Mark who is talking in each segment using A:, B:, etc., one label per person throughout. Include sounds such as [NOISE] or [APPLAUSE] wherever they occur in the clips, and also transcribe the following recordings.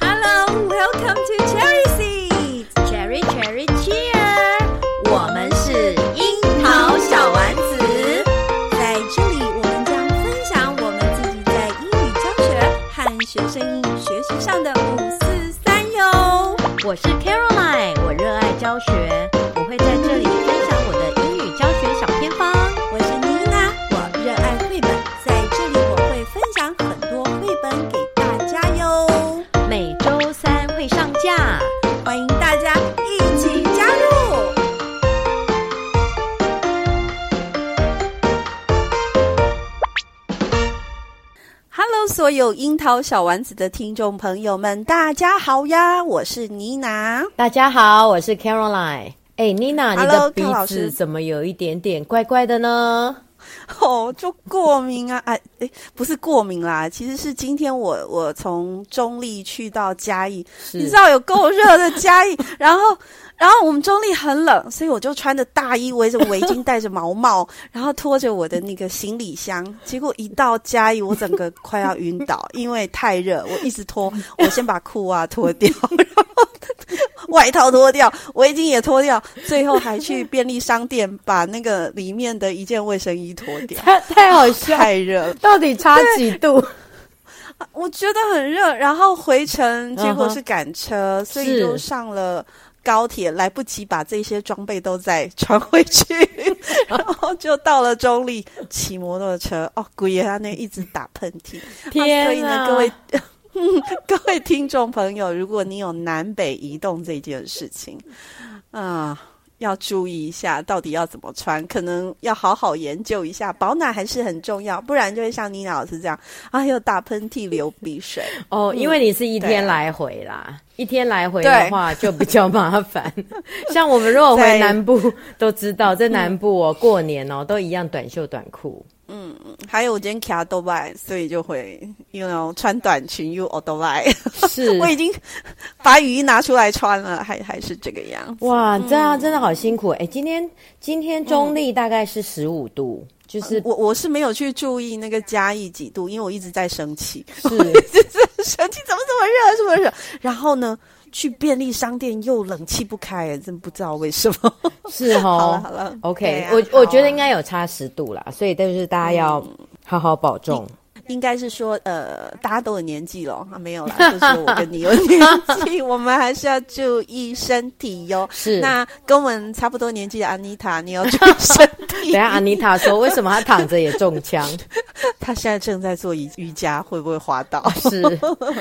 A: Welcome, welcome to Cherry Seeds.
B: Cherry Cherry Cheer，我们是樱桃
A: 桃
B: 小
A: 小
B: 丸
A: 丸
B: 子
A: 子。在这里，我们将分享我们自己在英语教学和学生英语学习上的五四三哟。
B: 我是 Caroline，我热爱教学，我会在这里分享我的英语教学小偏方。
A: 我是妮娜，我热爱绘本，在这里我会分享很多绘本给大家哟。
B: 每周三会上架。
A: 欢迎大家一起加入。Hello，所有樱桃小丸子的听众朋友们，大家好呀！我是妮娜。 [LAUGHS]
B: 大家好，我是 Caroline。哎，Nina，你
A: Hello，
B: 的鼻
A: 寇老
B: 子
A: 师
B: 怎么有一点点怪怪的呢？
A: 哦，就过敏啊！哎哎，不是过敏啦，其实是今天我我从中立去到嘉义，
B: 是
A: 你知道有够热的嘉义，然后然后我们中立很冷，所以我就穿着大衣，围着围巾，戴着毛帽，然后拖着我的那个行李箱，结果一到嘉义，我整个快要晕倒，因为太热，我一直脱，我先把裤袜脱掉，然后外套脱掉，围巾也脱掉，最后还去便利商店把那个里面的一件卫生衣脱掉。
B: 太 [LAUGHS] 太好笑，
A: 太热了，
B: 到底差几
A: [LAUGHS]
B: 度？
A: 啊我觉得很热，然后回程结果
B: 嗯哼
A: 是赶车，所以
B: 是
A: 就上了高铁，来不及把这些装备都再穿回
B: [LAUGHS]
A: 去，然后就到了中立，骑摩托车，哦，鬼爷他那一直打喷嚏，啊所以
B: 天
A: 呢，
B: 啊！
A: 各位。各位 [LAUGHS] 听众朋友，如果你有南北移动这件事情，啊、要注意一下，到底要怎么穿，可能要好好研究一下，保暖还是很重要，不然就会像妮娜老师这样，哎呦，打喷嚏、流鼻水。
B: 哦，因为你是一天来回啦，一天来回的
A: 对
B: 话就比较麻 [LAUGHS] 烦。像我们如果回
A: 在
B: 南部，都知道在南部哦，过年哦都一样短袖短裤。
A: 还有我今天卡豆拜，所以就会，you know，穿短裙又 o 豆拜，
B: 是 [LAUGHS]
A: 我已经把雨衣拿出来穿了，还还是这个样子。
B: 哇，这样真的好辛苦哎、今天今天中立大概是十五度，就是
A: 我我是没有去注意那个嘉义几度，因为我一直在生气。
B: [LAUGHS]
A: [LAUGHS]
B: 是
A: 生气，怎么这么热，这么热？然后呢，去便利商店又冷气不开，真不知道为什么。 [LAUGHS]
B: 是
A: 好了
B: 哦
A: 好了
B: OK，、
A: 对啊
B: 我我觉得
A: 好啊
B: 应该有差十度啦，所以但是大家要好好保 [LAUGHS] 重。
A: 应该是说，呃，大家都有年纪了、啊，没
B: [LAUGHS]
A: 有啦，就是我跟你有年纪， [LAUGHS] 我们还是要注意身体哟。
B: 是
A: 那跟我们差不多年纪的安妮塔，你要注意身
B: 等一
A: 体。
B: 下安妮塔说，为什么她躺着也中 [LAUGHS] 枪？
A: 她现在正在做瑜瑜伽，会不会滑倒？
B: [LAUGHS] 是
A: [LAUGHS]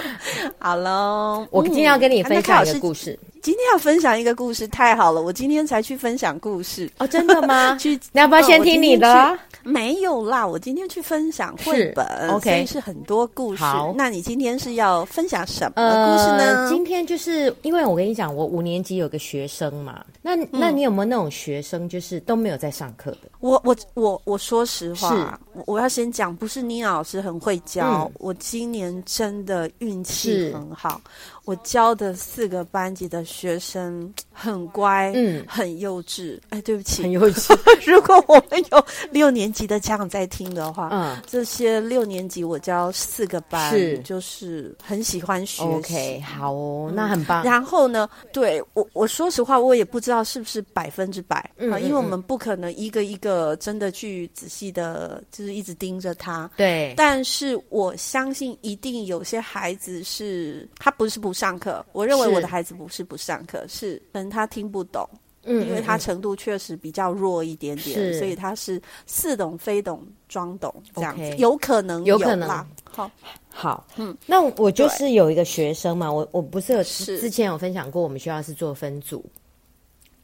A: 好喽，
B: 我今天要跟你
A: 嗯
B: 分 [LAUGHS] 享一个
A: 事。
B: 故事
A: 今天要分享一个故事，太好了！我今天才去分享故事，
B: 哦，真的 [LAUGHS] 吗？
A: 去
B: 你要不要先
A: 嗯
B: 听你的？
A: 我今天去没有啦，我今天去分享绘本
B: 是，OK
A: 所以是很多故事
B: 好。
A: 那你今天是要分享什么呃故事呢？
B: 呃今天就是因为我跟你讲，我五年级有个学生嘛，那
A: 嗯
B: 那你有没有那种学生就是都没有在上课
A: [LAUGHS]
B: 的？
A: 我我我我说实
B: 是
A: 话，我我要先讲，不是妮娜老师很会教，
B: 嗯
A: 我今年真的运气
B: 是
A: 很好，我教的四个班级的学生很乖，
B: 嗯
A: 很幼稚。哎，对不
B: 很
A: 起，
B: 有趣，
A: 如果我们有六年级的家长在听的话，
B: [LAUGHS] 嗯
A: 这些六年级我教四个班，
B: 是
A: 就是很喜欢学嗯习。
B: ，OK，好哦，那很棒，
A: 然后呢，对我我说实话，我也不知道是不是百分之百
B: 嗯
A: 啊，
B: 嗯
A: 因为我
B: 嗯
A: 们不可能一个一个真的去仔细的，就是一直盯着他。
B: 对，
A: 但是我相信，一定有些孩子是他不是不上课，我认为
B: 是
A: 我的孩子不是不上课，是可能他听不懂，
B: 嗯
A: 因为他程度确实比较弱一点点，
B: 是
A: 所以他是似懂非懂装懂这样子
B: OK
A: 有可能
B: 有
A: 啦
B: 可能。
A: 好，
B: 好，嗯
A: 嗯，
B: 那我就是有一个学生嘛，我我不是有
A: 是
B: 之前有分享过，我们学校是做分组，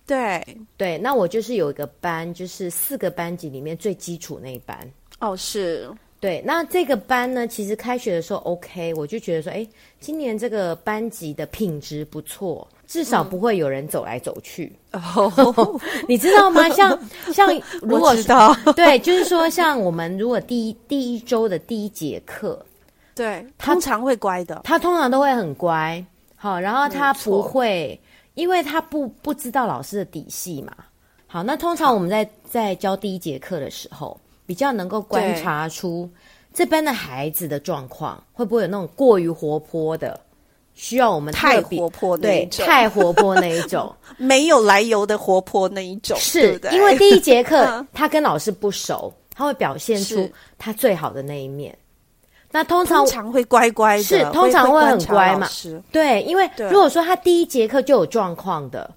A: 对，
B: 对，那我就是有一个班，就是四个班级里面最基础那一班。
A: 哦，是，
B: [LAUGHS] 对，那这个班呢，其实开学的时候 OK，我就觉得说，哎，今年这个班级的品质不错，至
A: 嗯
B: 少不会有人走来走去， [LAUGHS]
A: 哦，
B: 你知道吗？
A: [LAUGHS]
B: 像像如果
A: 我知道，
B: [LAUGHS] 对，就是说像我们如果第一第一周的第一节课，
A: 对，通常会乖的，
B: 他通常都会很乖，好，然后他
A: 没
B: 不
A: 错
B: 会，因为他不不知道老师的底细嘛。好，那通常我们在在教第一节课的时候，比较能够观
A: 对
B: 察出这班的孩子的状况，会不会有那种过于活泼的，需要我们
A: 太
B: 特别
A: 活泼那
B: 对
A: 一种，
B: 太活泼那一
A: [LAUGHS]
B: 种，
A: 没有来由的活泼那一种，对
B: 是
A: 不对
B: 因为第一节课
A: 嗯
B: 他跟老师不熟，他会表现出
A: 是
B: 他最好的那一面。那通常
A: 通常会乖乖的，
B: 是
A: 会
B: 通常
A: 会
B: 会
A: 观
B: 很
A: 察
B: 乖
A: 老
B: 嘛
A: 师
B: 对，因为
A: 对
B: 如果说他第一节课就有状况的，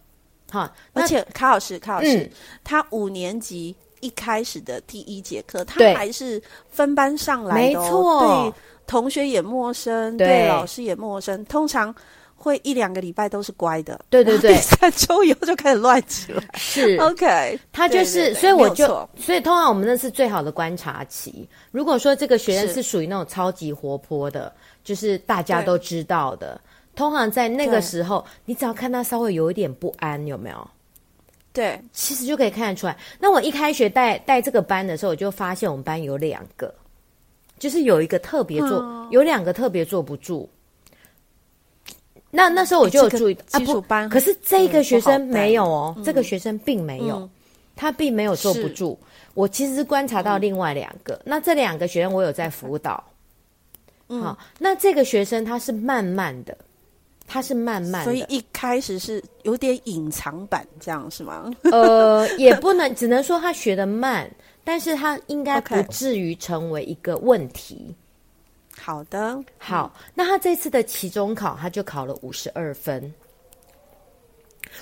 B: 哈，
A: 而
B: 那
A: 且卡老师，卡老师，
B: 嗯
A: 他五年级一开始的第一节课，他
B: 对
A: 还是分班上来
B: 没
A: 的、哦，
B: 错
A: 对同学也陌生，
B: 对
A: 对老师也陌生，通常。会一两个礼拜都是乖的，
B: 对对对
A: 然 [LAUGHS] 后第三周以后就开始乱起来。
B: 是
A: OK，
B: 他就
A: 哦对
B: 是，
A: 对对
B: 所以我
A: 没有
B: 就
A: 错，
B: 所以通常我们那是最好的观察期。如果说这个学生
A: 是
B: 是属于那种超级活泼的，就是大家
A: 对
B: 都知道的，通常在那
A: 对
B: 个时候，你只要看他稍微有一点不安，有没有？
A: 对，
B: 其实就可以看得出来。那我一开学带带这个班的时候，我就发现我们班有两个，就是有一个特别坐，
A: 哦
B: 有两个特别坐不住。那那时候我就有
A: 这个
B: 注意到、
A: 基础班
B: 啊不，可是这个学生
A: 嗯不好带
B: 没有哦，这个学生并没有，他并没有坐不
A: 是嗯
B: 住。我其实是观察到另外两个，那这两个学生我有在辅导。嗯、好，那这个学生他是慢慢的，他是慢慢的，
A: 所以一开始是有点隐藏版，这样是吗？ [LAUGHS]
B: [LAUGHS] 呃，也不能，只能说他学的慢，但是他应该不
A: OK
B: 至于成为一个问题。
A: 好的，
B: 好，那他这次的期中考，他就考了五十二分，
A: 嗯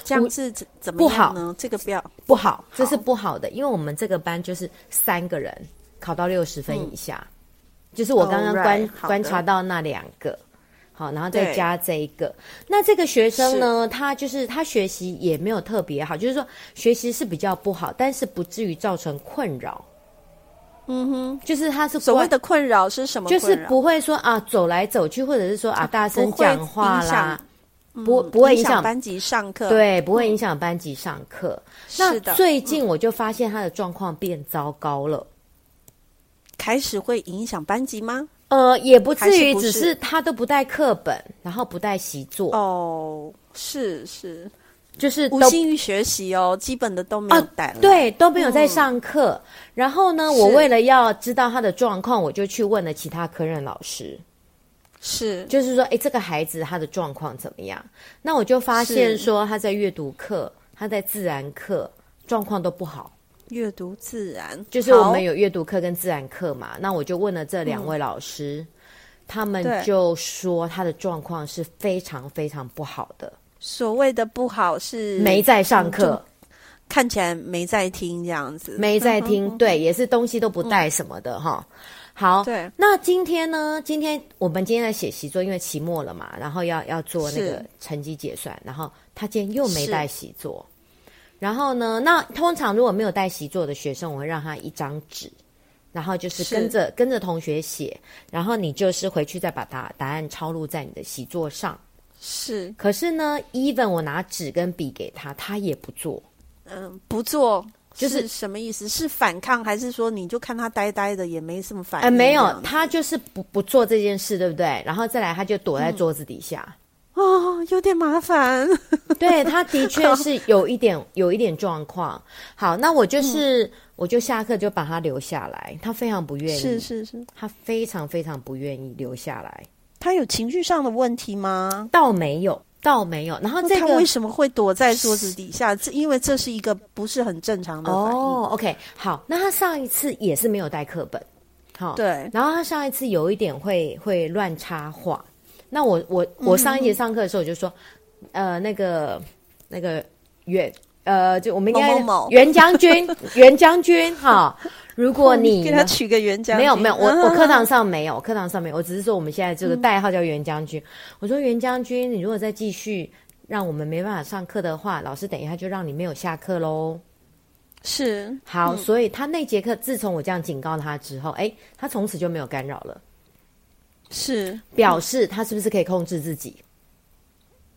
A: 这样是怎怎
B: 不
A: 么
B: 好
A: 样呢？这个不要
B: 不好，这是不好的，因为我们这个班就是三个人考到六十分以下，就是我刚刚
A: Alright，
B: 观
A: 嗯好的
B: 观察到那两个，好，然后再
A: 对
B: 加这一个。那这个学生呢，他就是他学习也没有特别好，就是说学习是比较不好，但是不至于造成困扰。嗯哼，就是他是
A: 所谓
B: 关
A: 的困扰是什么困
B: 就
A: 扰？
B: 是不会说啊走来走去，或者是说啊大声
A: 不会
B: 讲话
A: 影
B: 啦
A: 响，嗯
B: 不不会
A: 影
B: 影响
A: 班级上课。，嗯
B: 对，不会影响班级上课。那
A: 是的，
B: 最近我就发现他的状况变糟糕了。
A: 开始会影响班级吗？
B: 呃，也不
A: 嗯还
B: 至
A: 是
B: 于，
A: 不
B: 只
A: 是
B: 是他都不带课本，然后不带习作，
A: 哦，是是，
B: 就是
A: 无
B: 都
A: 心于学习哦，基本的都没有带了。
B: 啊对都没有在上
A: 嗯
B: 课。然后呢，我
A: 是
B: 为了要知道他的状况，我就去问了其他科任老师。
A: 是
B: 就是说，哎，这个孩子他的状况怎么样？那我就发现
A: 是
B: 说，他在阅读课、他在自然课状况都不好。
A: 阅读自然，
B: 就是我
A: 好嗯
B: 们有阅读课跟自然课嘛，那我就问了这两位老师，他们
A: 对
B: 就说他的状况是非常非常不好的，
A: 所谓的不好是
B: 没在上
A: 嗯
B: 课，
A: 看起来没在听这样子。
B: 没在
A: 嗯
B: 听，对，也是东西都不带什么的哈。好，
A: 对
B: 那今天呢？今天我们今天在写习作，因为期末了嘛，然后要要做那个
A: 是
B: 成绩结算，然后他今天又没带习作，然后呢，那通常如果没有带习作的学生，我会让他一张纸，然后就是
A: 是
B: 跟着跟着同学写，然后你就是回去再把答答案抄录在你的习作上。
A: 是
B: 可是呢，even 我拿纸跟笔给他，他也不做。
A: 嗯，不做。
B: 就是
A: 是什么意思？是反抗，还是说你就看他呆呆的，也没什么反应？
B: 哎，没
A: 这
B: 有，
A: 样
B: 他就是不不做这件事，对不对？然后再来，他就躲在桌子底下。
A: 哦，有点麻烦。
B: 对，他
A: [LAUGHS]
B: 的确是有一点有一点状况。好，那
A: 嗯
B: 我就是、我就下课就把他留下来，他非常不愿意，
A: 是是是，
B: 他非常非常不愿意留下来，
A: 他有情绪上的问题吗？
B: 倒没有，倒没有。然后
A: 那
B: 这
A: 他
B: 个
A: 为什么会躲在桌子底下？这因为这是一个不是很正常的反应。
B: 哦，OK，好，那他上一次也是没有带课本，好、
A: 对
B: 然后他上一次有一点会会乱插话，那我我我上一
A: 嗯
B: 节上课的时候我就说，呃，那个那个袁呃，就我们应该
A: 某某某
B: 袁将
A: [LAUGHS]
B: 军，袁将军哈，如果你
A: 给他取嗯个原奖，
B: 没有没有，我我课堂上没有，课堂上没有，我只是说我们现在这
A: 嗯
B: 个代号叫袁将军。我说袁将军，你如果再继续让我们没办法上课的话，老师等一下就让你没有下课喽。
A: 是
B: 好，所以他那节课，自从我这样警告他之后，哎，他从此就没有干扰了，
A: 是，
B: 表示他是不是可以控制自己，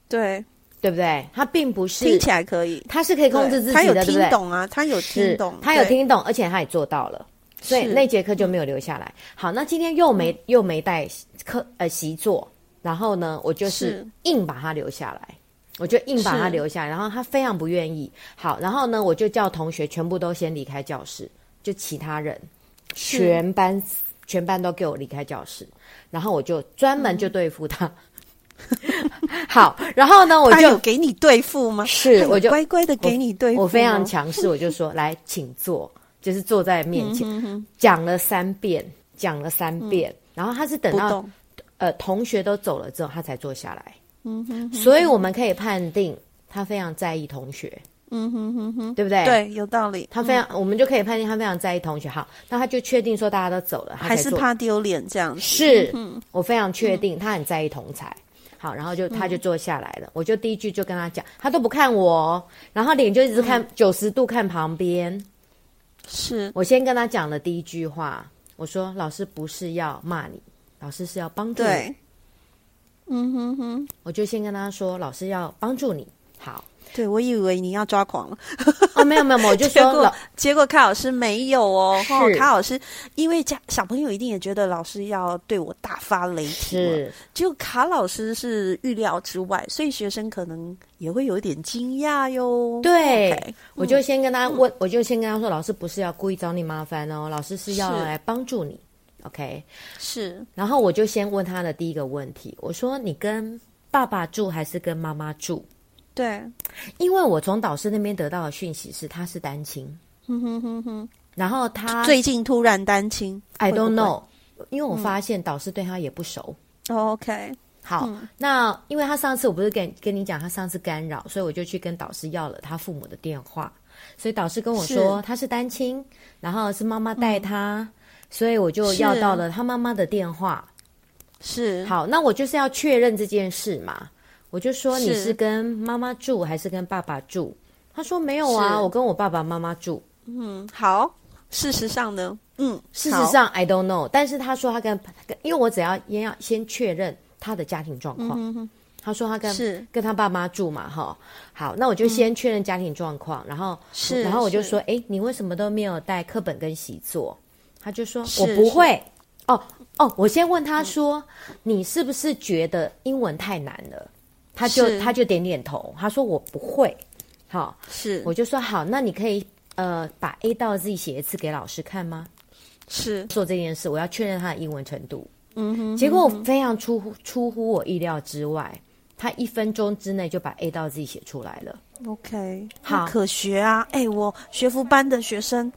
A: 对，
B: 对不对？他并不是
A: 听，起来可以，
B: 他是可以控
A: 对
B: 制自己的，
A: 他有
B: 对不
A: 听
B: 对？
A: 懂啊，他有
B: 是
A: 听懂，
B: 他有
A: 对，
B: 听懂，而且他也做到了，所以
A: 是嗯
B: 那节课就没有留下来。好，那今天又没、又没带课呃习作，然后呢，我就是
A: 是
B: 硬把他留下来，我就硬把他
A: 是
B: 留下来，然后他非常不愿意。好，然后呢，我就叫同学全部都先离开教室，就其他人
A: 是
B: 全班全班都给我离开教室，然后我就专门就对付他。 [LAUGHS] 好，然后呢，我
A: 他有
B: 就
A: 给你对付吗？
B: 是
A: 他有
B: 我就
A: 乖乖的给你对付吗
B: 我非常强势，我就说来，请坐，就是坐在
A: 嗯
B: 面前，讲了三遍，讲了三遍，然后他是等
A: 嗯不
B: 到
A: 懂，
B: 呃同学都走了之后，他才坐下来。嗯哼，所以我们可以判定他非常在意同学。嗯哼哼哼，对不对？，
A: 对，有道理。
B: 他非常，我们就可以判定他非常在意同学。好，那他就确定说大家都走了，他才
A: 还是
B: 坐
A: 怕丢脸这样子。
B: 是，我非常确
A: 嗯
B: 定他很在意同才。好，然后就他就坐下来了，我就第一句就跟他讲，他都不看我哦，然后脸就一直看
A: 嗯
B: 九十、90度看旁边。
A: 是，
B: 我先跟他讲了第一句话，我说老师不是要骂你，老师是要帮助你。
A: 对，嗯哼哼，
B: 我就先跟他说，老师要帮助你。
A: [LAUGHS]
B: 好，
A: 对我以为你要抓狂了，
B: 哦，没有没有，没有我就
A: 结
B: 说
A: 果
B: 老
A: 结果卡老师没有哦，
B: 是
A: 哦卡老师因为家小朋友一定也觉得老师要对我嗯大发雷霆嘛，
B: 是
A: 结果卡老师是预料之外，所以学生可能也会有一点惊讶哟。
B: 对
A: OK，嗯
B: 我就先跟他问，我就先跟他说，老师不是要故意找你麻烦哦，老师是要
A: 是
B: 来帮助你。OK，
A: 是
B: 然后我就先问他的第一个问题，我说你跟爸爸住还是跟妈妈住？
A: 对，
B: 因为我从导师那边得到的讯息是他是单亲，
A: 哼嗯哼哼哼，
B: 然后他
A: 最近突然单亲
B: 啊 I
A: 会不
B: don't
A: 会
B: know，因为我发现导师对他也不熟。
A: 哦 OK，
B: 好，
A: 嗯
B: 那因为他上次我不是跟跟你讲他上次干扰，所以我就去跟导师要了他父母的电话，所以导师跟我说
A: 是嗯
B: 他是单亲，然后是妈妈带他，所以我就要
A: 是
B: 到了他妈妈的电话。
A: 是
B: 好，那我就是要确认这件事嘛。我就说你
A: 是
B: 是跟妈妈住还是跟爸爸住？他说没有啊，
A: 是
B: 我跟我爸爸妈妈住。
A: 嗯好，事实上呢，嗯，
B: 事
A: 好
B: 实上，I don't know。但是他说他跟，跟因为我只要先要先确认他的家庭状况。他说他跟
A: 嗯是
B: 跟他爸妈住嘛，哈。好，那我就先确认家庭状况，然后
A: 嗯是
B: 然后我就是说，哎、你为什么都没有带课本跟习作？他就说
A: 是
B: 我不会。哦哦，我先问他说，你是不是觉得英文太难了？他就是他就点点头，他说我不会。好，
A: 是
B: 我就说好，那你可以呃把 A 到 Z 写一次给老师看吗？
A: 是
B: 做这件事，我要确认他的英文程度。嗯哼，结果非常出乎出乎我意料之外，他一分钟之内就把 A 到 Z 写出来了。
A: OK，
B: 好
A: 那可学啊！哎、我学服班的学生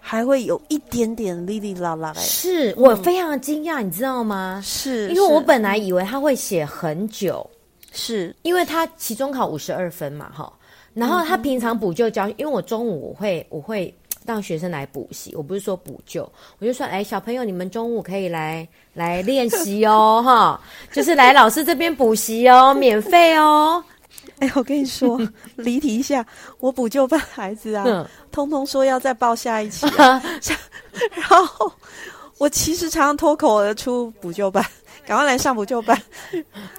A: 还会有一点点哩哩啦啦哎，
B: 是我非常惊讶，你知道吗？
A: 是嗯
B: 因为我本来以为他会写很久，
A: 是
B: 因为他期中考五十二分嘛，哈。然后
A: 嗯
B: 他平常补救教，因为我中午我会我会让学生来补习，我不是说补救，我就说，哎，小朋友，你们中午可以来来练
A: [LAUGHS]
B: 习哦，哈，就是来老师这边补习哦，免
A: [LAUGHS]
B: 费哦。
A: 哎、我跟你
B: [LAUGHS]
A: 说，离题一下，我补救班孩子啊，
B: 嗯
A: 通通说要再报下一期、啊， [LAUGHS] 下然后我其实常常脱口而出补救班， [LAUGHS] 赶快来上补救
B: [LAUGHS]
A: 班，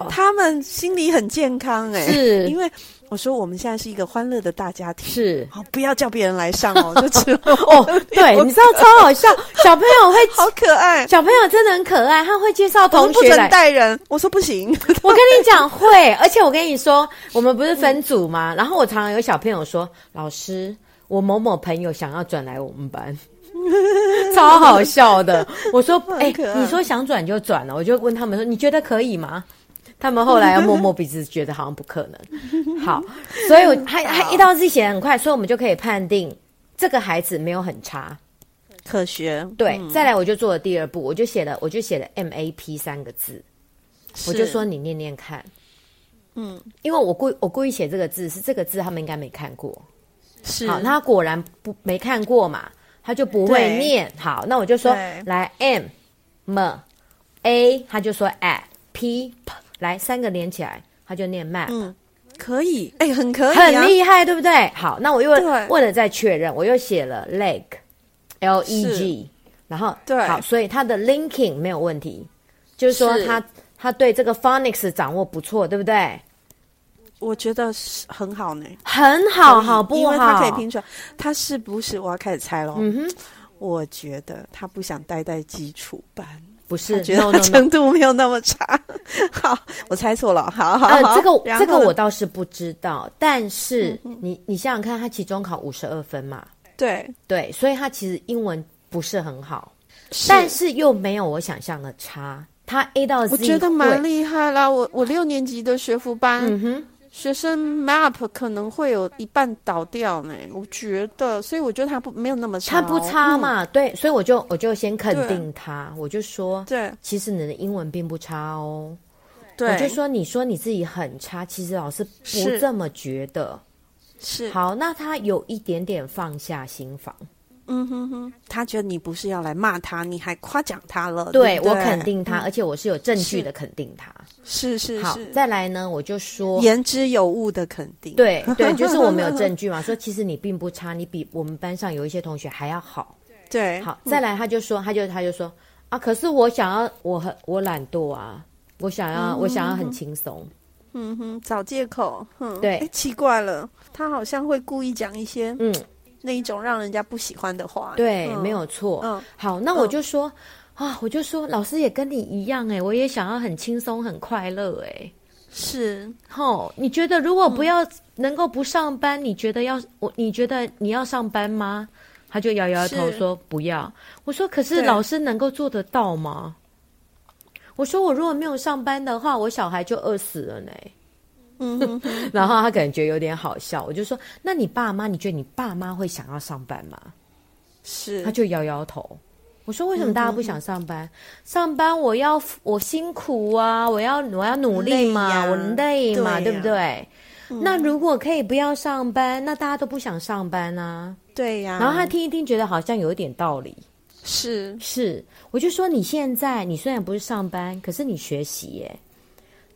A: 他们心里很健康哎、
B: 是
A: 因为我说我们现在是一个欢乐的大家庭。
B: 是
A: 好，不要叫别人来上哦，就只有
B: 哦，
A: [LAUGHS]
B: 对，你知道超好笑，小朋友会，
A: 好可爱。
B: 小朋友真的很可爱，他会介绍
A: 我说
B: 同
A: 不
B: 学
A: 准
B: 来。
A: 带人，我说不
B: [LAUGHS]
A: 行。
B: 我跟你讲会， [LAUGHS] 而且我跟你说，我们不是分组吗？然后我常常有小朋友说，
A: 嗯
B: 老师，我某某朋友想要转来我们班。 [LAUGHS] 超好笑的，
A: [LAUGHS]
B: 我说，哎、
A: 很可爱
B: 你说想转就转了，我就问他们说，你觉得可以吗？他们
A: [LAUGHS]
B: 后来默默鼻子，觉得好像不可能。好，所以我还还一到字写得很快，所以我们就可以判定这个孩子没有很差。
A: 可学，
B: 对，再来我就做了第二步，我就写了，我就写了 MAP 三个字，我就说你念念看。
A: 嗯，
B: 因为我故我故意写这个字是这个字，他们应该没看过。
A: 是
B: 好，那他果然不没看过嘛，他就不会
A: 对
B: 念。好，那我就说
A: 对
B: 来 M M A，他就说 A P，P，来三个连起来，他就念 map。
A: 嗯可以，哎，很可以啊，
B: 很厉害，对不对？好，那我又
A: 对
B: 为了再确认，我又写了 leg，l e g，然后
A: 对
B: 好，所以他的 linking 没有问题，就是说
A: 是
B: 他他对这个 phonics 掌握不错，对不对？
A: 我觉得是很好呢。
B: 很好，好哦不好？
A: 因为他可以拼出来，他是不是？我要开始猜喽。嗯哼，我觉得他不想待在基础班，
B: 不
A: 他
B: 是
A: 觉
B: ，no
A: 得他
B: no no，
A: 程度没有那么差。 [LAUGHS] 好，我猜错了。好好
B: 呃，
A: 好，
B: 这 [LAUGHS] 个
A: 然后
B: 这个我
A: 呢
B: 倒是不知道，但是你你想想看，他期中考五十二分嘛，
A: 对，
B: 对，所以他其实英文不是很好，
A: 是
B: 但是又没有我想象的差，他 A 到 Z，
C: 我觉得蛮
B: 对
C: 厉害啦。我我六年级的学服班，
B: 嗯哼，
C: 学生 map 可能会有一半倒掉呢，我觉得，所以我觉得他不没有那么差
B: 他
C: 哦，
B: 不
A: 嗯
B: 差嘛，对，所以我就我就先肯
C: 对
B: 定他，我就说
C: 嗯，，对
B: 其实你的英文并不差哦，
C: 对，
B: 我就说你说你自己很差，其实老师不
A: 是
B: 这么觉得。
A: 是，
B: 好，那他有一点点放下心防，
A: 嗯哼哼，他觉得你不是要来骂他，你还夸奖他了，对
B: 对
A: 不对
B: 我肯，定他，而且我是有证据的肯定他。
A: 是是
B: 好，
A: 是，
B: 再来呢，我就说，
A: 言之有物的肯定，，
B: 对对，就是我们有证
A: [LAUGHS]
B: 据嘛，说其实你并不差，你比我们班上有一些同学还要好。
A: 对，
B: 好，再来他就说，他就他就说啊，可是我想要，我很我懒惰啊，我想要、我想要很轻松。
A: 嗯哼，找借口，哼，
B: 对
A: 哎奇怪了，他好像会故意讲一些
B: 嗯，
A: 那一种让人家不喜欢的话，
B: 对，
A: 嗯
B: 没有错。
A: 嗯
B: 好，那我就说、啊，我就说老师也跟你一样哎、我也想要很轻松很快乐哎、
A: 是，
B: 吼，你觉得如果不
A: 嗯
B: 要、能够不上班，你觉得要我？你觉得你要上班吗？他就摇摇头
A: 是
B: 说不要。我说可是
A: 对
B: 老师能够做得到吗？我说我如果没有上班的话，我小孩就饿死了呢。
A: 嗯哼哼，
B: 然后他感觉有点好笑，我就说那你爸妈，你觉得你爸妈会想要上班吗？
A: 是，
B: 他就摇摇头。我说为什么大家不想上班？上班我要我辛苦啊，我要我要努力嘛，
A: 累呀
B: 我累嘛，对
A: 对呀嗯
B: 不对？那如果可以不要上班，那大家都不想上班啊。
A: 对呀、
B: 然后他听一听，觉得好像有一点道理。
A: 是
B: 是，我就说你现在你虽然不是上班，可是你学习耶。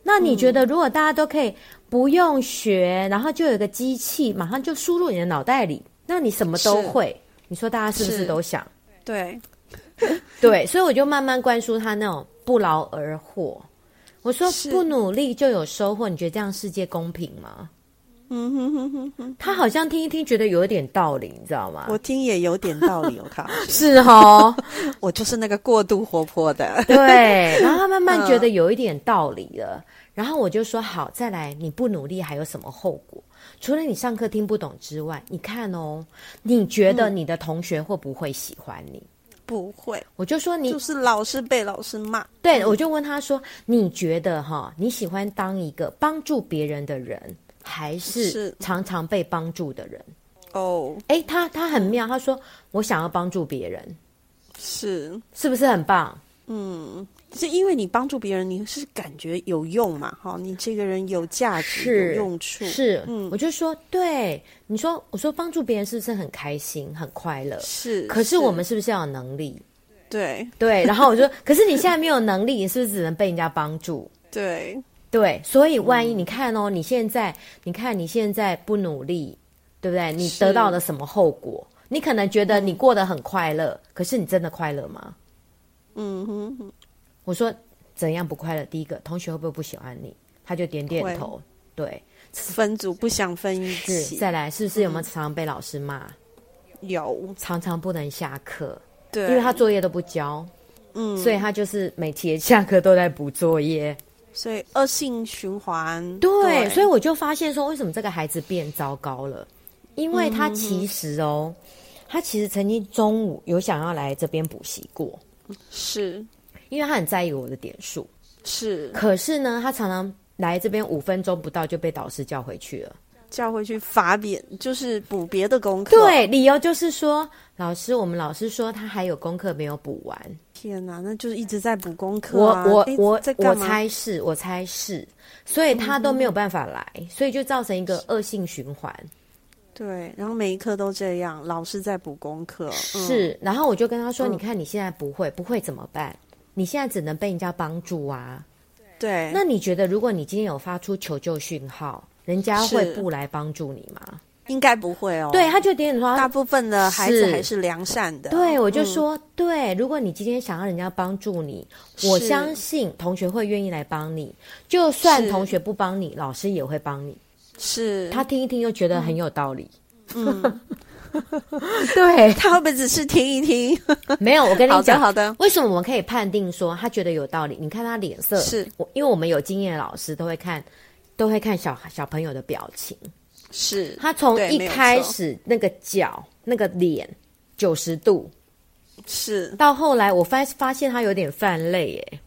B: 那你觉
A: 嗯
B: 得如果大家都可以不用学，然后就有一个机器马上就输入你的脑袋里，那你什么都
A: 是
B: 会，你说大家是不是
A: 是
B: 都想？
A: 对，
B: 对，所以我就慢慢灌输他那种不劳而获。我说
A: 是
B: 不努力就有收获，你觉得这样世界公平吗？
A: 嗯哼哼哼哼，
B: 他好像听一听觉得有一点道理，你知道吗？
A: 我听也有点道理，我靠，
B: [LAUGHS] 是哦，
A: 我就是那个过度活泼
B: [LAUGHS]
A: 的，
B: 对。然后他慢慢觉得有一点道理了，然后我就说好，再来，你不努力还有什么后果？除了你上课听不懂之外，你看哦，你觉得你的同学会不会喜欢你？
A: 不会，
B: 我就说你嗯
A: 就是老是被老师骂，
B: 对，我就问他说：“你觉得哈，你喜欢当一个帮助别人的人，还是
A: 是
B: 常常被帮助的人
A: 哦，？”
B: 诶，他他很妙，他说：“我想要帮助别人，
A: 是，
B: 是不是很棒？
A: 是因为你帮助别人，你是感觉有用嘛？哈，你这个人有价值、
B: 是
A: 有用处，嗯
B: 是，我就说对，你说我说帮助别人是不是很开心、很快乐？
A: 是。
B: 可是我们是不是要有能力？
A: 对
B: 对，然后我说，可是你现在没有能力，你是不是只能被人家帮助？
A: 对
B: 对，所
A: 嗯
B: 以万一你看哦，你现在你看你现在不努力，对不对？你
A: 是
B: 得到了什么后果？你可能觉得你过得很快乐，可是你真的快乐吗？
A: 嗯哼哼，
B: 我说怎样不快乐？第一个，同学会不会不喜欢你？他就点点头。对，
A: 分组不想分一
B: 是。
A: 起，
B: 再来，是不是有没有常常被老师骂？
A: 有
B: 常常不能下课，
A: 对，
B: 因为他作业都不交，
A: 嗯，
B: 所以他就是每节下课都在补作业。
A: 所以恶性循环，
B: 对，所以
A: 以
B: 我就发现说，为什么这个孩子变糟糕了？因为他其实哦，他其实曾经中午有想要来这边补习过，
A: 是
B: 因为他很在意我的点数。
A: 是
B: 可是呢，他常常来这边五分钟不到就被导师叫回去了。
A: 叫回去罚别，就是补别的功课，，
B: 对，理由就是说，老师，我们老师说他还有功课没有补完。
A: 天哪，那就是一直在补功课
B: 我
A: 啊、
B: 我
A: 诶
B: 我
A: 在
B: 我
A: 干嘛？嗯
B: 猜是，我猜是，所以他都没有办法来，所以就造成一个恶性循环。
A: 对，然后每一科都这样，老师在补功课，嗯、
B: 是，然后我就跟他说：“
A: 嗯
B: 你看你现在不会，不会怎么办？你现在只能被人家帮助啊。
A: 对，
B: 那你觉得，如果你今天有发出求救讯号，人家
A: 是
B: 会不来帮助你吗？”
A: 应该不会哦，
B: 对，他就点点头。
A: 大
B: 他
A: 部分的孩子
B: 是
A: 还是良善的。
B: 对，我就
A: 嗯
B: 说，对，如果你今天想要人家帮助你，我
A: 是
B: 相信同学会愿意来帮你。就算
A: 是嗯
B: 同学不帮你，老师也会帮你。
A: 是他，
B: 他听一听又觉得很有道理。 [LAUGHS]
A: [LAUGHS]
B: 嗯，对，
A: 他会不会只是听一听？
B: [LAUGHS] 没有，我跟你
A: 好的，
B: 讲，
A: 好的，
B: 为什么我们可以判定说他觉得有道理？你看他脸色，
A: 是
B: 我因为我们有经验的老师都会看，都会看小小朋友的表情。
A: 是
B: 他从
A: 对
B: 一
A: 没有
B: 开
A: 错
B: 始那个脚、那个脸九十度，
A: 是
B: 到后来我发发现他有点泛泪，哎，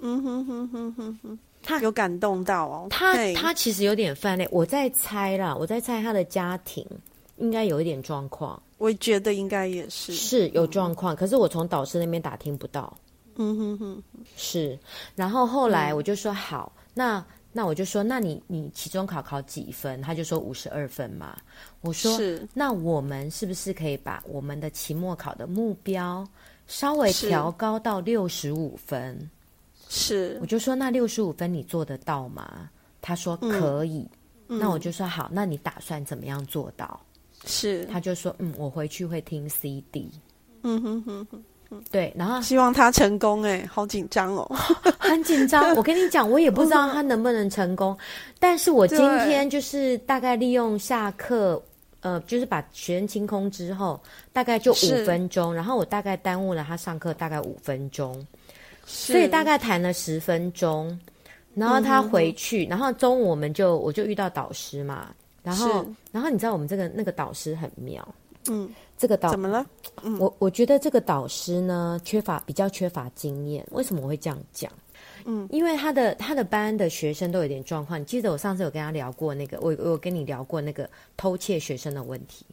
A: 嗯哼哼哼哼哼，他有感动到哦。
B: 他
A: 嘿
B: 他其实有点犯累，我在猜啦，我在猜他的家庭应该有一点状况，
A: 我觉得应该也是。
B: 是有状况，可是我从导师那边打听不到。
A: 嗯哼哼，
B: 是，然后后来
A: 嗯
B: 我就说好，那那我就说，那你你期中考考几分？他就说五十二分嘛。我说
A: 是
B: 那我们是不是可以把我们的期末考的目标稍微
A: 是
B: 调高到六十五分？
A: 是
B: 我就说那六十五分你做得到吗？他说
A: 嗯
B: 可以。那我就说好，那你打算怎么样做到？
A: 是，
B: 他就说嗯，我回去会听 CD。
A: 嗯哼哼哼，
B: 对，然后
A: 希望他成功哎，好紧张哦。
B: 很紧张。我跟你讲，我也不知道他能不能成功，但是我今天就是大概利用下课，呃，就是把学生清空之后，大概就是五分钟，然后我大概耽误了他上课大概五分钟，
A: 所
B: 所以大概谈了十分钟，然后他回去，然后中午我们就我就遇到导师嘛，然后
A: 是
B: 然后你知道我们这个那个导师很妙，
A: 嗯，
B: 这个导
A: 怎么了？
B: 我我觉得这个导师呢，缺乏比较缺乏经验。为什么我会这样讲？嗯，因为他的他的班的学生都有点状况。你记得我上次有跟他聊过那个，我我有跟你聊过那个偷窃学生的问题，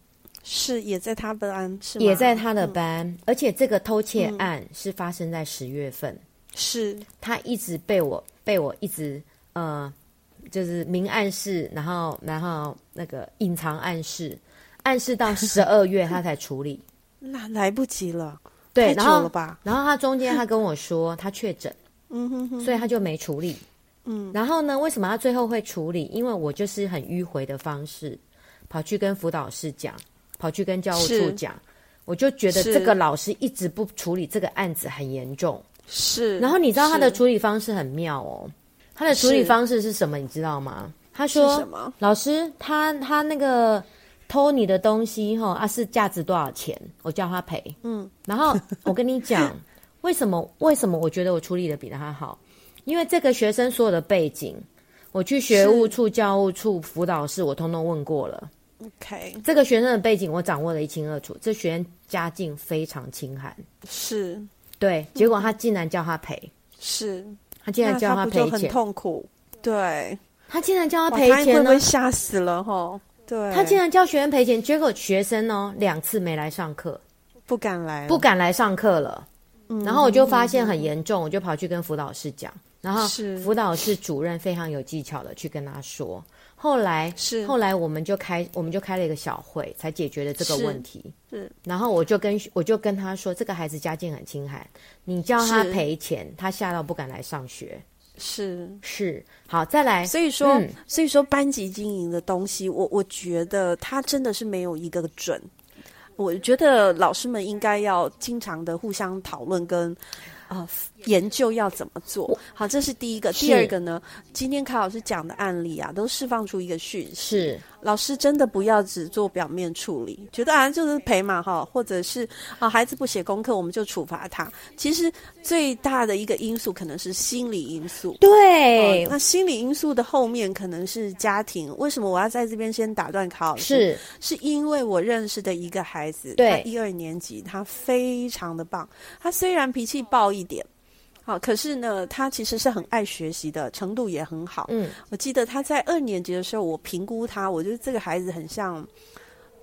A: 是也在他本案是吗？嗯
B: 也在他的班，而且这个偷窃案是发生在十月份，
A: 是
B: 他一直被我被我一直呃，就是明暗示，然后然后那个隐藏暗示，暗示到十二月他才
A: [LAUGHS]
B: 处理。
A: 那来不及了，太
B: 对，
A: 久
B: 然后
A: 了吧？
B: 然后他中间他跟我说他确诊，嗯哼哼，所以他就没处理。嗯，然后呢，为什么他最后会处理？因为我就是很迂回的方式，跑去跟辅导室讲，跑去跟教务处
A: 是
B: 讲，我就觉得
A: 是
B: 这个老师一直不处理这个案子很严重。
A: 是。
B: 然后你知道他的
A: 是
B: 处理方式很妙哦，他的处理
A: 是
B: 方式是什么？你知道吗？他
A: 是
B: 说
A: 什么？：“
B: 老师，他他那个偷你的东西哈啊是价值多少钱？我叫他赔。”嗯，然后我跟你
A: [LAUGHS]
B: 讲，为什么为什么我觉得我处理的比他好？因为这个学生所有的背景，我去学务处、教务处、辅导室，我通通问过了。
A: OK，
B: 这个学生的背景我掌握的一清二楚。这学生家境非常清寒，
A: 是
B: 对，结果他竟然叫他赔，
A: 是，
B: 他竟然
A: 那
B: 叫
A: 他不就
B: 赔
A: 很
B: 钱，
A: 痛苦？对，
B: 他竟然叫他
A: 哇
B: 赔
A: 他会
B: 钱
A: 不
B: 呢
A: 会？吓死了哈？对，
B: 他竟然叫学生赔钱，结果学生哦两次没来上课，
A: 不敢来了，
B: 不敢来上课了。
A: 嗯
B: 然后我就发现很严重，我就跑去跟辅导室讲，然后
A: 是
B: 辅导室主任非常有技巧的去跟他说。后来
A: 是
B: 后来我们就开我们就开了一个小会，才解决了这个
A: 是
B: 问题。
A: 是
B: 然后我就跟我就跟他说，这个孩子家境很清寒，你叫他
A: 是
B: 赔钱，他吓到不敢来上学。
A: 是。
B: 是，好，再来，
A: 所以说，
B: 嗯
A: 所以说班级经营的东西，我我觉得它真的是没有一个准。我觉得老师们应该要经常的互相讨论跟啊、呃研究要怎么做。好，这是第一个。
B: 是
A: 第二个呢，今天卡老师讲的案例啊，都释放出一个讯息，
B: 是
A: 老师真的不要只做表面处理，觉得啊就是赔嘛哈，或者是啊孩子不写功课我们就处罚他。其实最大的一个因素可能是心理因素。
B: 对
A: 哦，那心理因素的后面可能是家庭。为什么我要在这边先打断卡老师？是
B: 是
A: 因为我认识的一个孩子，
B: 对
A: 他一二年级，他非常的棒。他虽然脾气暴一点，好、可是呢，他其实是很爱学习的，程度也很好。
B: 嗯，
A: 我记得他在二年级的时候，我评估他，我觉得这个孩子很像。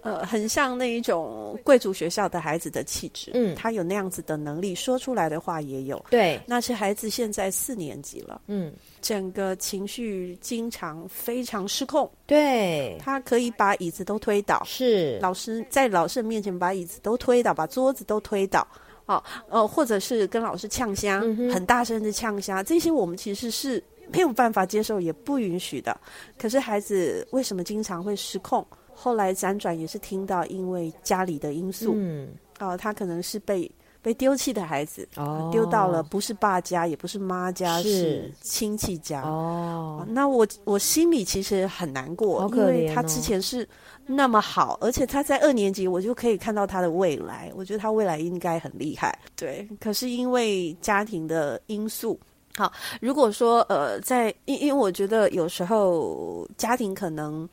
A: 呃，很像那一种贵族学校的孩子的气质，
B: 嗯
A: 他有那样子的能力，说出来的话也有。
B: 对，
A: 那是孩子现在四年级了，
B: 嗯，
A: 整个情绪经常非常失控，
B: 对，
A: 他可以把椅子都推倒，
B: 是
A: 老师在老师面前把椅子都推倒，把桌子都推倒，哦，呃，或者是跟老师呛虾，
B: 嗯哼
A: 很大声的呛虾，这些我们其实是没有办法接受，也不允许的。可是孩子为什么经常会失控？后来辗转也是听到，因为家里的因素，
B: 嗯，
A: 啊、他可能是被被丢弃的孩子，
B: 哦，
A: 丢到了不是爸家，也不是妈家，
B: 是
A: 是亲戚家。
B: 哦
A: 啊，那我我心里其实很难过，
B: 好
A: 因
B: 可
A: 为
B: 怜
A: 他
B: 哦
A: 之前是那么好，而且他在二年级，我就可以看到他的未来。我觉得他未来应该很厉害，对。可是因为家庭的因素，好，如果说呃，在因因为我觉得有时候家庭可能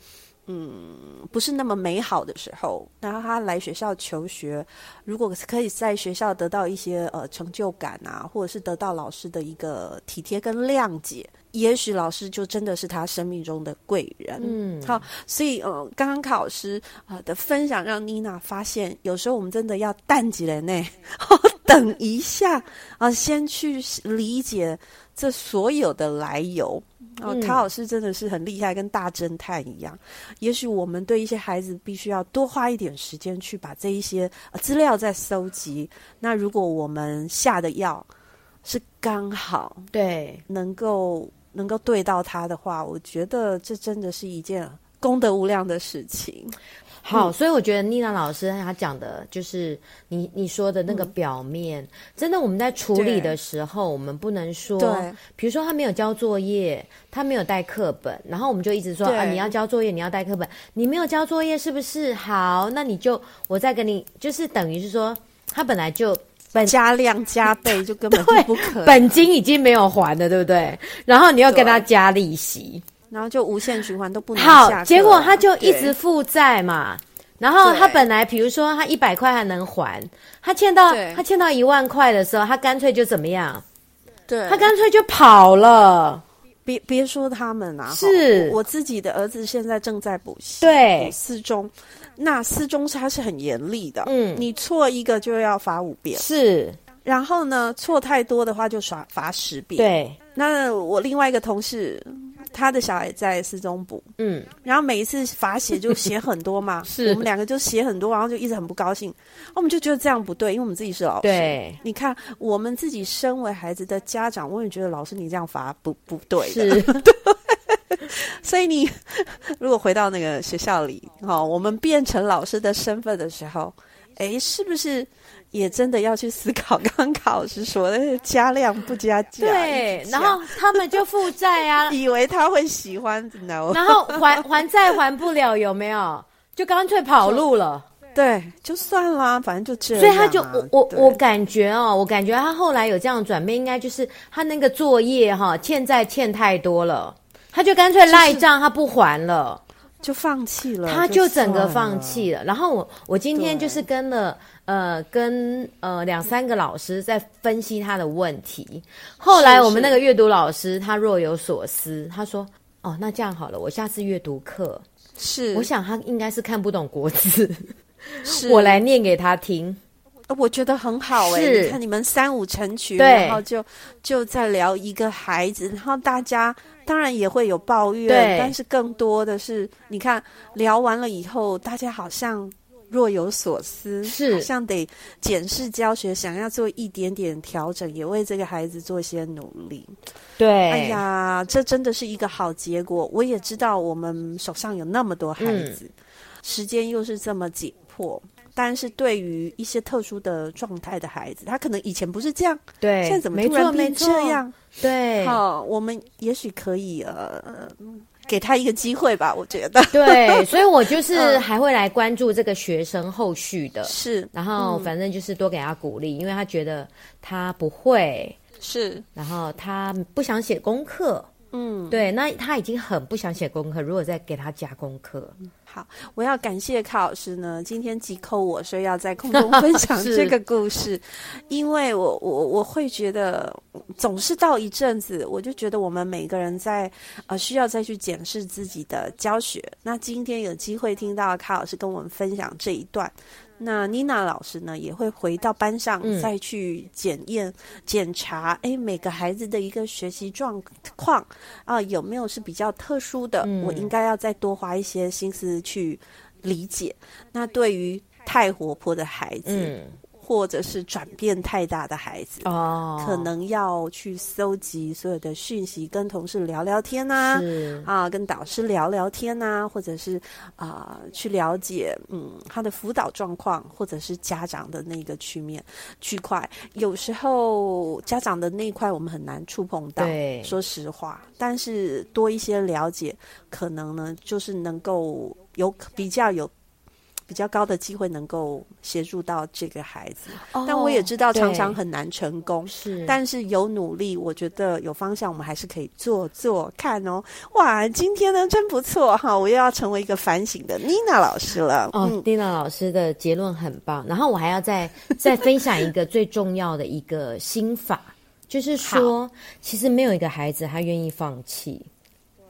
A: 不是那么美好的时候，然后他来学校求学，如果可以在学校得到一些呃成就感啊，或者是得到老师的一个体贴跟谅解，也许老师就真的是他生命中的贵人。
B: 嗯，
A: 好，所以呃，刚刚考师啊、呃的分享让妮娜发现，有时候我们真的要淡几人呢， [LAUGHS] 等一下啊、先去理解这所有的来由。哦、
B: 嗯
A: 卡老师真的是很厉害，跟大侦探一样。也许我们对一些孩子必须要多花一点时间去把这一些呃资料再搜集。那如果我们下的药是刚好
B: 对，
A: 能够能够对到他的话，我觉得这真的是一件功德无量的事情。
B: 好，所以我觉得妮娜老师她讲的就是你你说的那个表面，真的我们在处理
A: 对
B: 的时候，我们不能说
A: 对，
B: 比如说他没有交作业，他没有带课本，然后我们就一直说
A: 对
B: 啊，你要交作业，你要带课本，你没有交作业是不是？好，那你就我再跟你，就是等于是说他本来就本
A: 加量加倍就根本就不可能，
B: 本金已经没有还了，对不对？然后你又跟他
A: 对
B: 加利息，
A: 然后就无限循环都不能下课
B: 好，
A: 了
B: 结果他就一
A: 对
B: 直负债嘛。然后
A: 对
B: 他本来比如说他一百块还能还，他欠到
A: 对
B: 他欠到一万块的时候，他干脆就怎么样？
A: 对
B: 他干脆就跑了。
A: 别别说他们啊，
B: 是
A: 哈我我自己的儿子现在正在补习，
B: 对
A: 补四中，那四中他是很严厉的，
B: 嗯
A: 你错一个就要罚五遍，
B: 是，
A: 然后呢，错太多的话就罚罚十遍。，
B: 对，
A: 那我另外一个同事，他的小孩在四中补，
B: 嗯，
A: 然后每一次罚写就写很多嘛，
B: [LAUGHS] 是
A: 我们两个就写很多，然后就一直很不高兴，哦我们就觉得这样不对，因为我们自己是老师。
B: 对，
A: 你看，我们自己身为孩子的家长，我也觉得老师你这样罚不不对的。
B: 是，
A: [LAUGHS] 所以你 [LAUGHS] 如果回到那个学校里，哈、我们变成老师的身份的时候，诶，是不是也真的要去思考？刚刚考师说的加量不加价，
B: 对
A: 一，直加
B: 然后他们就负债
A: [LAUGHS]
B: 啊，
A: 以为他会喜欢，no，
B: 然后还还债还不了，有没有？就干脆跑路了。
A: 对，就算啦，反正就这样
B: 所
A: 啊、
B: 以他就我我
A: 对
B: 我感觉哦，我感觉他后来有这样的转变，应该就是他那个作业哈、欠债欠太多了，他就干脆赖账，他不还了，
A: 就放弃了，
B: 他就整个放
A: 了。
B: 弃了。然后我我今天就是跟了呃跟呃两三个老师在分析他的问题，后来
A: 是
B: 我
A: 是
B: 们那个阅读老师他若有所思，他说哦那这样好了，我下次阅读课，
A: 是，
B: 我想他应该是看不懂国字，
A: 是
B: [LAUGHS] 我来念给他听。
A: 呃我觉得很好哎、
B: 是
A: 你看你们三五成群，
B: 对
A: 然后就就在聊一个孩子，然后大家当然也会有抱
B: 对
A: 怨，但是更多的是，你看聊完了以后，大家好像若有所思，
B: 是
A: 好像得检视教学，想要做一点点调整，也为这个孩子做一些努力。
B: 对，
A: 哎呀，这真的是一个好结果。我也知道我们手上有那么多孩子，时间又是这么紧迫。但是对于一些特殊的状态的孩子，他可能以前不是这样，
B: 对，
A: 现在怎么
B: 没
A: 突然
B: 错没
A: 变
B: 错
A: 这？样？
B: 对，
A: 好、我们也许可以呃，给他一个机会吧。我觉得
B: 对，所以我就是
A: 嗯
B: 还会来关注这个学生后续的，
A: 是
B: 然后反正就是多给他鼓励，因为他觉得他不会，
A: 是，
B: 然后他不想写功课。
A: 嗯，
B: 对，那他已经很不想写功课，如果再给他加功课，
A: 好，我要感谢卡老师呢，今天急扣我说要在空中分
B: [LAUGHS]
A: 享
B: 是
A: 这个故事，因为我我我会觉得，嗯总是到一阵子，我就觉得我们每个人在呃需要再去检视自己的教学。那今天有机会听到卡老师跟我们分享这一段。那妮娜老师呢，也会回到班上
B: 嗯
A: 再去检验、检查，哎，每个孩子的一个学习状况啊、有没有是比较特殊的，
B: 嗯
A: 我应该要再多花一些心思去理解。那对于太活泼的孩子，
B: 嗯，
A: 或者是转变太大的孩子，
B: 哦，
A: 可能要去搜集所有的讯息，跟同事聊聊天啊。
B: 是，
A: 啊，跟导师聊聊天啊，或者是啊、去了解嗯他的辅导状况，或者是家长的那个区面区块。有时候家长的那一块我们很难触碰到，
B: 对
A: 说实话，但是多一些了解，可能呢就是能够有比较有比较高的机会能够协助到这个孩子。
B: 哦
A: 但我也知道常常
B: 对
A: 很难成功，
B: 是，
A: 但是有努力，我觉得有方向，我们还是可以做做看哦。哇，今天呢真不错哈，我又要成为一个反省的妮娜老师了。
B: 哦
A: 嗯，
B: 蒂娜老师的结论很棒，然后我还要
A: [LAUGHS]
B: 再再分享一个最重要的一个心法，就是说，其实没有一个孩子他愿意放弃，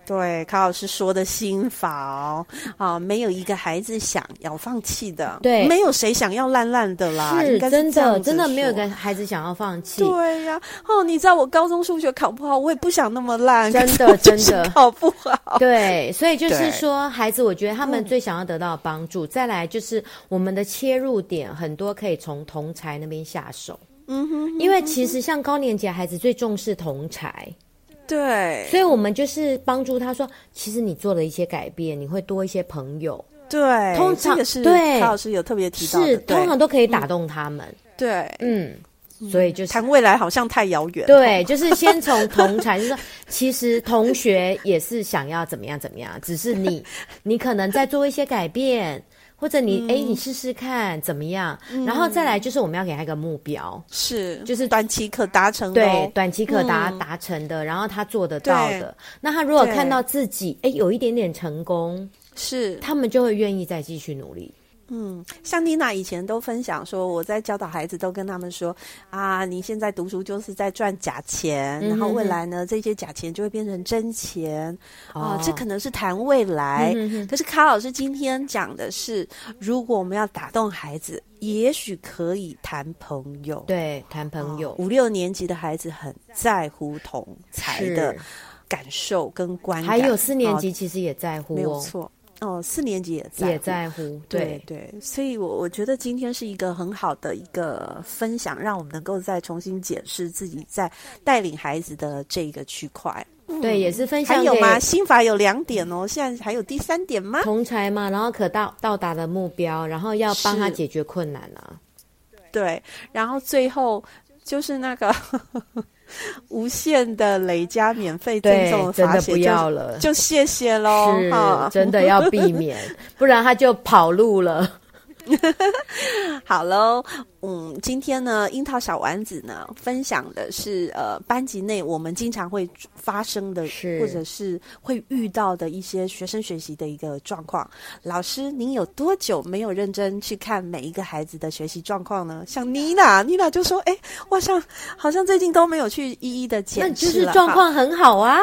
A: 对，卡老师说的心法哦，啊，没有一个孩子想要放弃的，
B: 对
A: 没有谁想要烂烂的啦，啊应该
B: 真
A: 这样
B: 的
A: 子
B: 真的没有一
A: 说
B: 个孩子想要放弃。
A: 对呀、哦，你知道我高中数学考不好，我也不想那么烂，
B: 真
A: 可是 [LAUGHS]
B: 的
A: 我就是
B: 真的
A: 考不好。
B: 对，所以就是
A: 对嗯
B: 说，孩子，我觉得他们最想要得到的帮助。再来就是我们的切入点，很多可以从同才那边下手。
A: 嗯哼，
B: 因为其实像高年级的孩子最重视同才，
A: 对
B: 所以我们就是帮助他说，其实你做了一些改变，你会多一些朋友，
A: 对，
B: 通常
A: 这个是
B: 对
A: 卡老师有特别提到的，
B: 是
A: 对嗯
B: 通常都可以打动他们。
C: 对，
B: 嗯，所以就是
A: 谈未来好像太遥远。
B: 对，就是先从同才，就是说，其实同学也是想要怎么样怎么样，只是你，
A: [LAUGHS]
B: 你可能在做一些改变，或者
A: 嗯
B: 你，哎、你试试看怎么样，然后再来就是我们要给他一个目标，
A: 是
B: 就是
A: 短期可达成的
B: 对
A: 嗯哦，，
B: 短期可达、
A: 嗯
B: 达成的，然后他做得到
A: 对
B: 的，那他如果
A: 对
B: 看到自己，哎，有一点点成功，
A: 是
B: 他们就会愿意再继续努力。
A: 像妮娜以前都分享说，我在教导孩子，都跟他们说啊，你现在读书就是在赚假钱，
B: 嗯哼
A: 然后未
B: 哼
A: 来呢，这些假钱就会变成真钱啊、
B: 哦
A: 这可能是谈未来。
B: 嗯哼哼
A: 可是卡老师今天讲的是，如果我们要打动孩子，也许可以谈朋友。
B: 对，谈朋友、
A: 五六年级的孩子很在乎同才
B: 是
A: 的感受跟观感，
B: 还有四年级
A: 哦
B: 其实也在乎
A: 没有
B: 哦，
A: 错哦，四年级也在
B: 也
A: 乎
B: 在乎，
A: 对对，所以我我觉得今天是一个很好的一个分享，让我们能够再重新检视自己在带领孩子的这一个区块。
B: 对，也嗯是分
A: 嗯
B: 享
A: 还有
B: 给
A: 吗？心法有两点哦，现在还有第三点吗？
B: 同才嘛，然后可到到达的目标，然后要帮他
A: 是
B: 解决困难啊。
A: 对，然后最后就是那个 [LAUGHS] 无限的累加免费赠
B: 对
A: 送，
B: 真
A: 罚
B: 的
A: 写，
B: 不要
A: 就
B: 了，
A: 就哦谢谢喽
B: 是
A: 哈。
B: 真的要
A: [LAUGHS]
B: 避免，不然他就跑路了。
A: 好喽，嗯，今天呢，樱桃小丸子呢分享的是呃班级内我们经常会发生的，
B: 是
A: 或者是会遇到的一些学生学习的一个状况。老师，您有多久没有认真去看每一个孩子的学习状况呢？像妮娜，妮娜就说：“哎，我像好像最近都没有去一一的
B: 那
A: 检
B: 就
A: 视
B: 是
A: 了
B: 状
A: 哈
B: 况很好啊，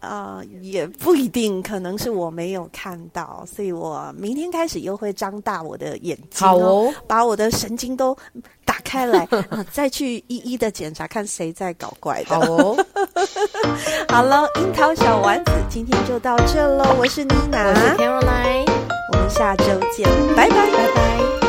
A: 啊、也不一定，可能是我没有看到，所以我明天开始又会张大我的眼睛、
B: 好哦
A: 把我的神经都打开 [LAUGHS] 来，啊再去一一的检查，看谁在搞怪的。
B: 好哦。
A: 好了，樱桃小丸子今天就到这喽，我是妮娜，
B: 我是 Caroline，
A: 我们下周见，拜拜，拜拜。